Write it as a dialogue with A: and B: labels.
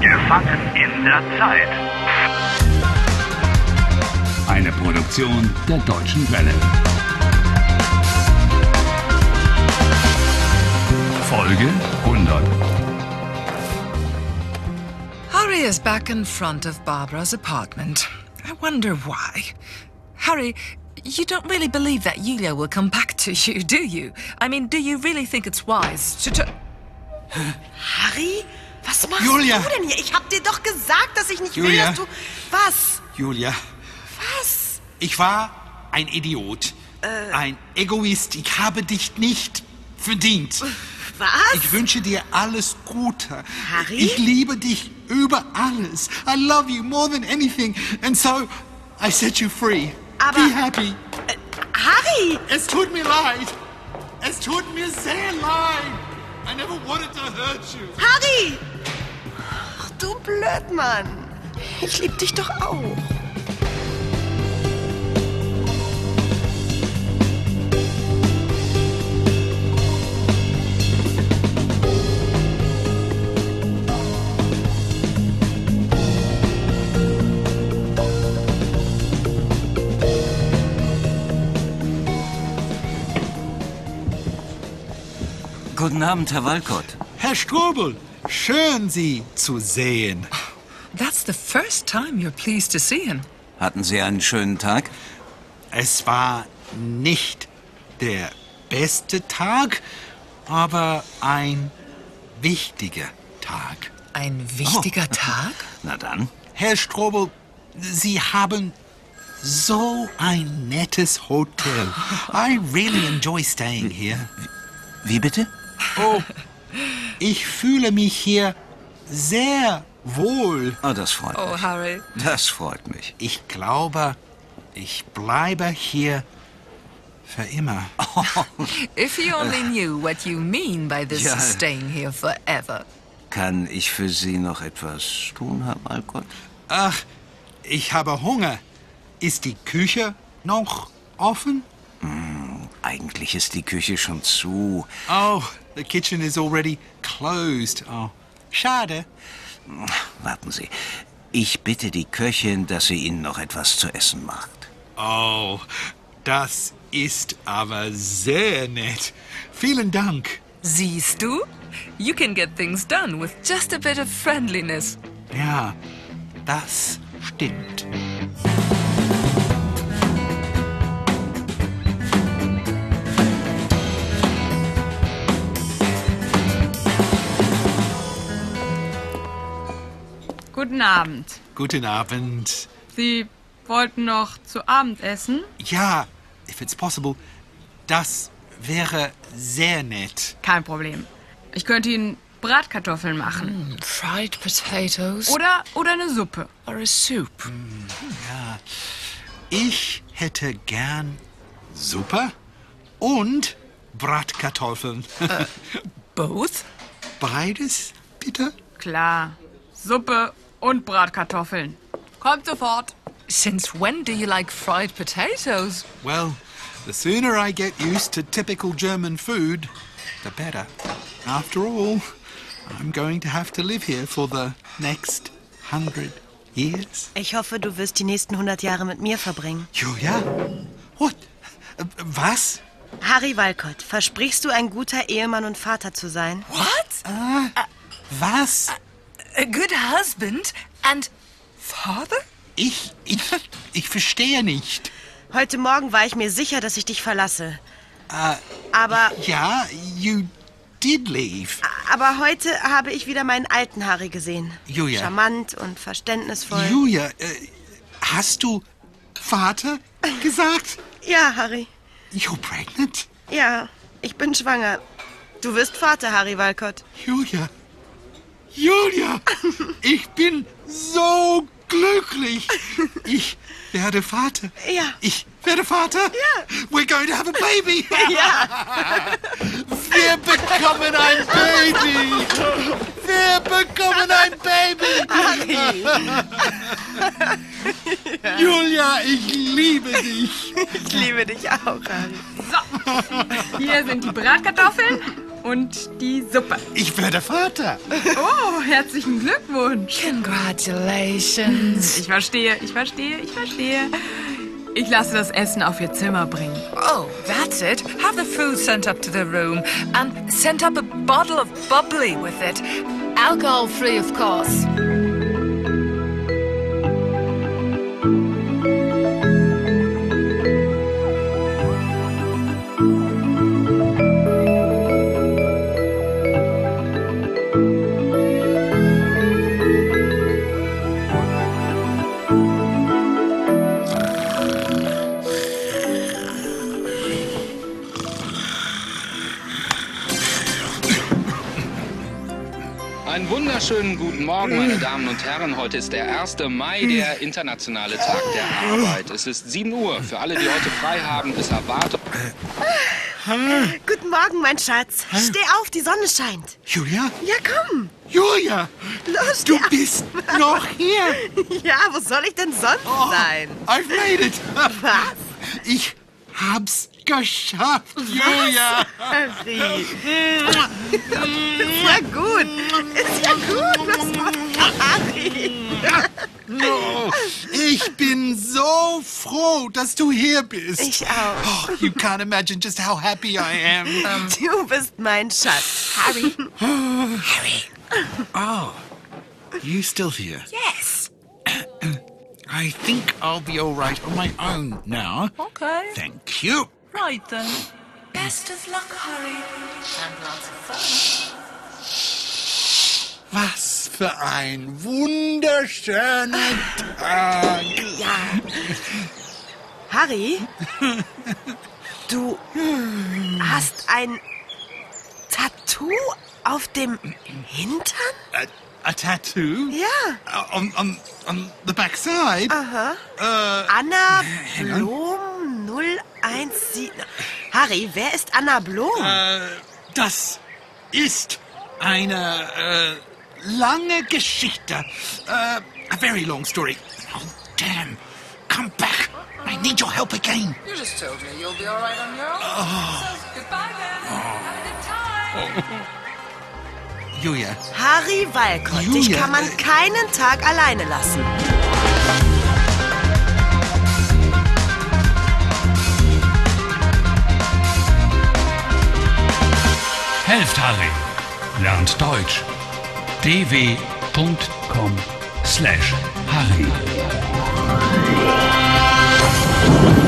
A: Gefangen in der Zeit.
B: Eine Produktion der Deutschen Welle. Folge 100.
C: Harry is back in front of Barbara's apartment. I wonder why. Harry, you don't really believe that Yulia will come back to you, do you? I mean, do you really think it's wise to. to-
D: Harry? Was machst
E: Julia!
D: du denn hier? Ich hab dir doch gesagt, dass ich nicht
E: Julia!
D: will, dass du... Was?
E: Julia,
D: Was? Äh.
E: ich war ein Idiot. Ein Egoist. Ich habe dich nicht verdient.
D: Was?
E: Ich wünsche dir alles Gute.
D: Harry?
E: Ich liebe dich über alles. I love you more than anything. And so, I set you free.
D: Aber-
E: Be happy.
D: Harry!
E: Es tut mir leid. Es tut mir sehr leid. I never wanted to hurt you.
D: Harry! Ach, du Blödmann. Ich lieb dich doch auch.
F: Guten Abend, Herr Walcott.
E: Herr Strobel, schön Sie zu sehen.
C: That's the first time you're pleased to see him.
F: Hatten Sie einen schönen Tag?
E: Es war nicht der beste Tag, aber ein wichtiger Tag.
C: Ein wichtiger Tag?
F: Na dann.
E: Herr Strobel, Sie haben so ein nettes Hotel. I really enjoy staying here.
F: Wie bitte?
E: Oh, ich fühle mich hier sehr wohl.
F: Oh, das freut
C: Oh,
F: mich.
C: Harry.
F: Das freut mich.
E: Ich glaube, ich bleibe hier für immer.
C: If you only knew what you mean by this
F: Yeah.
C: staying here forever.
F: Kann ich für Sie noch etwas tun, Herr Walcott?
E: Ach, ich habe Hunger. Ist die Küche noch offen?
F: Eigentlich ist die Küche schon zu.
E: Oh, the kitchen is already closed. Oh, schade.
F: Warten Sie. Ich bitte die Köchin, dass sie Ihnen noch etwas zu essen macht.
E: Oh, das ist aber sehr nett. Vielen Dank.
C: Siehst du? You can get things done with just a bit of friendliness.
E: Ja, das stimmt.
G: Guten Abend.
E: Guten Abend.
G: Sie wollten noch zu Abend essen?
E: Ja, if it's possible, das wäre sehr nett.
G: Kein Problem. Ich könnte Ihnen Bratkartoffeln machen.
C: Mm, Fried potatoes
G: Oder, oder eine Suppe.
C: or a soup?
E: Ich hätte gern Suppe und Bratkartoffeln.
C: Both?
E: Beides, bitte?
G: Klar. Suppe und Bratkartoffeln. Kommt sofort.
C: Since when do you like fried potatoes?
E: Well, the sooner I get used to typical German food, the better. After all, I'm going to have to live here for the next hundred years.
D: Ich hoffe, du wirst die nächsten 100 Jahre mit mir verbringen.
E: Julia? What? Äh, Was?
D: Harry Walcott, versprichst du, ein guter Ehemann und Vater zu sein?
C: What?
E: Was?
C: A good husband and father?
E: Ich, ich, ich verstehe nicht.
D: Heute Morgen war ich mir sicher, dass ich dich verlasse.
E: Ah.
D: Aber,
E: Ja, you did leave.
D: aber heute habe ich wieder meinen alten Harry gesehen.
E: Julia.
D: Charmant und verständnisvoll.
E: Julia, äh, hast du Vater gesagt?
D: ja, Harry.
E: You're pregnant?
D: Ja, ich bin schwanger. Du wirst Vater, Harry Walcott.
E: Julia, Julia, ich bin so glücklich. Ich werde Vater.
D: Ja.
E: Ich werde Vater. Ja. We're going to have a baby. Ja. Wir bekommen ein Baby. Wir bekommen ein Baby. Julia, ich liebe dich.
D: Ich liebe dich auch, Harry.
G: Hier sind die Bratkartoffeln. und die Suppe.
E: Ich werde Vater.
G: Oh, herzlichen Glückwunsch.
C: Congratulations.
G: Ich verstehe, ich verstehe, ich verstehe. Ich lasse das Essen auf ihr Zimmer bringen.
C: Oh, that's it. Have the food sent up to the room and sent up a bottle of bubbly with it. Alcohol free, of course.
A: Einen wunderschönen guten Morgen, meine Damen und Herren. Heute ist der 1. Mai, der internationale Tag der Arbeit. Es ist 7 Uhr. Für alle, die heute frei haben, ist erwartet.
D: Guten Morgen, mein Schatz. Steh auf, die Sonne scheint.
E: Julia?
D: Ja, komm.
E: Julia!
D: Los, steh
E: Du
D: auf.
E: bist noch hier! Oh,
D: Ja, wo soll ich denn sonst sein?
E: I've made it!
D: Was?
E: Ich hab's geschafft, Julia!
D: Harry. Ist ja gut. Ist ja gut. Was macht Harry?
E: No. Ich bin so froh, dass du hier bist.
D: Ich auch.
E: Oh, you can't imagine just how happy I am.
D: Du bist mein Schatz. Harry.
E: Oh, You still here?
D: Yes.
E: I think I'll be all right on my own now.
C: Okay.
E: Thank you.
C: Right then.
H: Best of luck, Harry. And lots of fun.
E: Was für ein wunderschöner Tag.
D: Harry? Du hast ein Tattoo auf dem Hintern?
E: A, a tattoo?
D: Ja.
E: Uh, on, on, on the backside? Uh,
D: Anna Blom 017. Harry, wer ist Anna Blom?
E: Das ist eine äh, lange Geschichte. Äh, a very long story. Oh, damn. Come back. I need your help again. Oh.
C: You just told me you'll be all right on your own. So, goodbye then. Have a good time.
E: Julia.
D: Harry Walcott. Dich
E: Julia,
D: kann man
E: äh,
D: keinen Tag alleine lassen.
B: Helft Harry. Lernt Deutsch. dw.com/harry.